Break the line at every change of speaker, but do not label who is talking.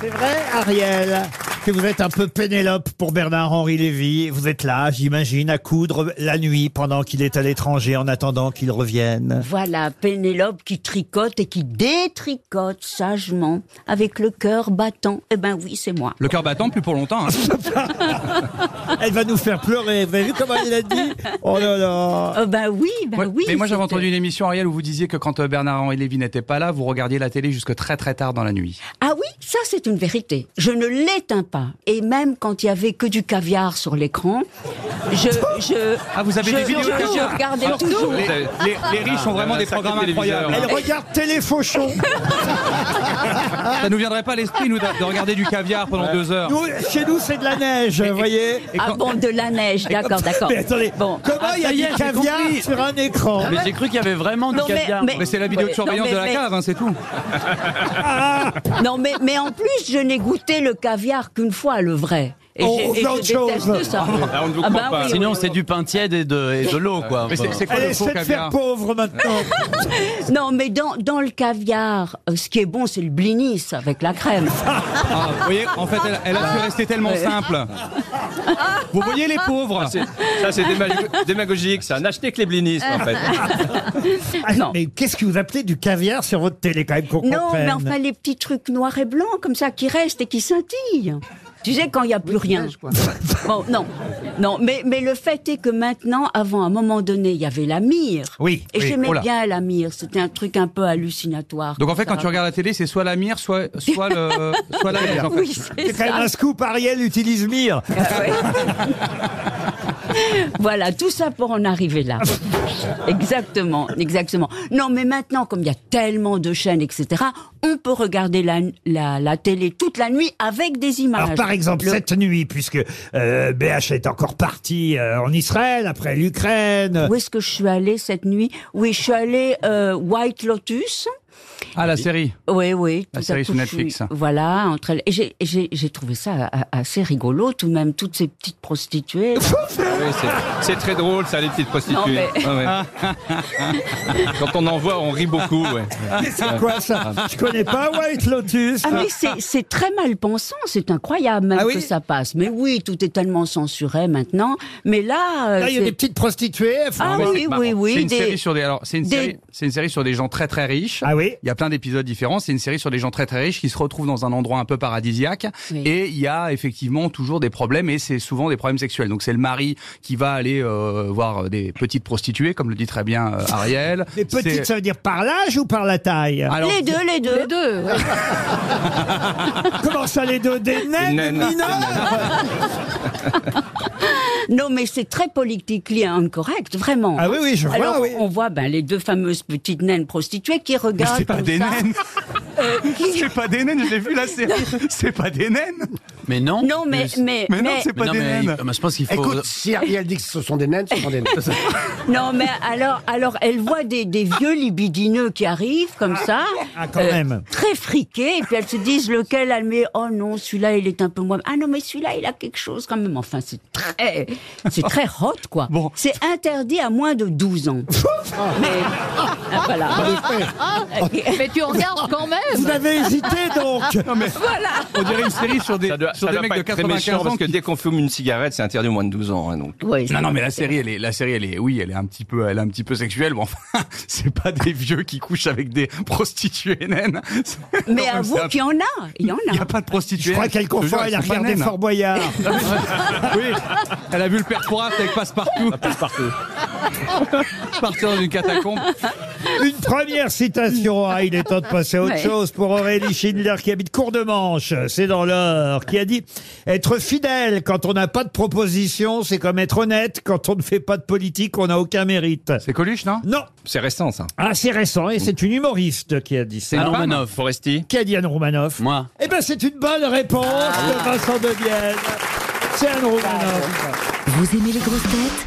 C'est vrai, Ariel, que vous êtes un peu Pénélope pour Bernard-Henri Lévy. Vous êtes là, j'imagine, à coudre la nuit pendant qu'il est à l'étranger en attendant qu'il revienne.
Voilà, Pénélope qui tricote et qui détricote sagement, avec le cœur battant. Eh ben oui, c'est moi.
Le cœur battant, plus pour longtemps. hein.
Elle va nous faire pleurer. Vous avez vu comment elle l'a dit Oh là là.
Oh ben oui, ben
Ouais,
oui.
mais moi, j'avais
c'était-
entendu une émission, Ariel, où vous disiez que quand euh, Bernard-Henri Lévy n'était pas là, vous regardiez la télé jusque très très tard dans la nuit.
Ah oui, ça c'est une vérité. Je ne l'éteins pas. Et même quand il y avait que du caviar sur l'écran, je, je.
Ah, vous avez
je-
des vidéos
je-
caviar
Je regardais
Ah,
toujours.
Les, les- les riches ont vraiment des programmes incroyables.
Elle regarde Téléfauchon.
Ça nous viendrait pas à l'esprit, nous, de de regarder du caviar pendant deux heures.
Nous, chez nous, c'est de la neige, vous voyez.
Ah bon, de la neige, d'accord, d'accord.
Mais attendez,
Bon.
Ah,
Ah,
comment il y a du caviar sur un écran
Mais j'ai cru qu'il y avait vraiment du
Non, mais-
caviar.
Mais c'est la vidéo
Ouais,
de surveillance
non, mais-
de la
mais-
cave, hein, c'est tout.
Non, mais, mais en plus, je n'ai goûté le caviar qu'une fois, le vrai. Et
Oh,
j'ai- et
plein de
je déteste
choses.
ça. Ah,
on ne vous
bah
croit pas.
oui,
Sinon,
oui,
c'est
oui.
du pain tiède et de, et de l'eau, quoi.
Mais c'est c'est quoi
Elle
le faux
essaie de faire
caviar
pauvre maintenant.
Non, mais dans, dans le caviar, euh, ce qui est bon, c'est le blinis avec la crème.
Ah, Vous voyez, en fait, elle, elle a su rester tellement simple. Vous voyez les pauvres
C'est- Ça, c'est déma- démagogique, ça. N'achetez que les blinis,
Euh.
en fait.
Ah,
Non.
Mais qu'est-ce que vous appelez du caviar sur votre télé quand même qu'on
Non, mais
comprenne.
enfin, les petits trucs noirs et blancs, comme ça, qui restent et qui scintillent. Tu sais, quand il n'y a plus rien. Bon, non, non, mais, mais le fait est que maintenant, avant, à un moment donné, il y avait la mire.
Oui,
Et
oui,
j'aimais
oh là.
bien la mire. C'était un truc un peu hallucinatoire.
Donc en
comme
fait,
ça.
quand tu regardes la télé, c'est soit la mire, soit, soit, le, soit la neige. en fait.
Oui,
C'est
c'est
quand même
ça.
un scoop, Ariel utilise Mire.
Ah Voilà, tout ça pour en arriver là. exactement, exactement. Non, mais maintenant, comme il y a tellement de chaînes, etc., on peut regarder la, la, la télé toute la nuit avec des images.
Alors par exemple
Ah, Le-
cette nuit, puisque euh, BH est encore parti euh, en Israël après l'Ukraine.
Où est-ce que je suis allée cette nuit Oui, je suis allée euh, White Lotus.
Ah, la série.
Oui, oui.
La
tout à
série
coup,
sur
je suis-
Netflix.
Voilà, entre elles. Et j'ai- j'ai j'ai trouvé ça a- assez rigolo, tout de même, toutes ces petites prostituées.
Oui, c'est- c'est très drôle, ça, les petites
Non,
prostituées.
mais-
Ouais,
Ah
ouais. Quand on en voit, on rit beaucoup. ouais.
Mais c'est quoi ça Je connais pas White Lotus.
Ah mais c'est- c'est très mal pensant, c'est incroyable même
Ah oui
que ça passe. Mais oui, tout est tellement censuré maintenant. Mais là, euh,
Là, il y a
c'est-
des petites prostituées. elles font-
ah oui, oui,
C'est
oui,
une
des-
série sur des. Alors, c'est une,
des-
série, c'est une série sur des gens très très riches.
Ah oui
Il y a plein d'épisodes différents. C'est une série sur des gens très très riches qui se retrouvent dans un endroit un peu paradisiaque.
Oui.
Et il y a effectivement toujours des problèmes et c'est souvent des problèmes sexuels. Donc c'est le mari qui va aller euh, voir des petites prostituées, comme le dit très bien euh, Ariel.
Les petites,
C'est-
ça veut dire par l'âge ou par la taille
Alors,
les deux, les deux.
Comment ça les deux Des naines,
naines.
mineures
Non, mais c'est très politiquement incorrect, vraiment.
Ah oui, oui, je vois,
Alors,
oui.
on voit ben, les deux fameuses petites naines prostituées qui regardent.
c'est pas
comme
des
ça.
naines.
Euh, qui-
C'est pas des naines. Je l'ai vu la série. C'est pas des naines.
Mais non.
Non, mais, mais,
Mais non,
mais-
c'est
Mais
pas
non,
des
mais,
euh,
naines.
mais je pense qu'il faut.
Écoute, si Ariel dit que ce sont des naines, ce sont des naines.
non, mais alors, alors, elle voit des, des vieux libidineux qui arrivent comme ça, euh,
Ah, quand même.
très friqués, et puis elles se disent lequel elle met. Oh non, celui-là, il est un peu moins. Ah non, mais celui-là, il a quelque chose quand même. Enfin, c'est très, c'est très hot, quoi.
Bon.
C'est interdit à moins de 12 ans. mais ah, voilà.
Mais tu regardes quand
Vous
même
avez hésité donc
On dirait une série sur des
Ça doit,
sur
ça
des
doit
mecs
pas
de
être très méchant,
95 ans
parce que
qui
dès qu'on fume une cigarette, c'est interdit aux moins de 12 ans. hein, donc.
Ouais,
Non, non, mais la série, elle est, la série, elle est, oui, elle est un petit peu, elle est un petit peu sexuelle. Mais enfin, c'est pas des vieux qui couchent avec des prostituées naines. C'est quand
Mais
même
à vous
ça.
qu'il y en a, il y en
Il n'y a
a.
pas de prostituées.
Je crois qu'elle
te jure,
confond,
elles
elle a
sont pas hein.
regardé
naines.
Fort Boyard.
Oui. Elle a vu le père Fouras avec passe-partout. Passe-partout. Partir dans une catacombe.
Une première citation. Ah, il est temps de passer à autre
Ouais.
chose pour Aurélie Schindler qui habite Cour-de-Manche, c'est dans l'heure, qui a dit Être fidèle quand on n'a pas de proposition, c'est comme être honnête quand on ne fait pas de politique, on n'a aucun mérite.
C'est Coluche, non?
Non,
C'est restant, ça.
ah, c'est récent et c'est une humoriste qui a dit ça.
Anne
Femme
Romanoff.
Foresti
Qui a dit Anne Romanoff
Ah Moi.
Eh ben, c'est une bonne réponse de Vincent Devienne. C'est Anne Romanoff.
Vous aimez les grosses têtes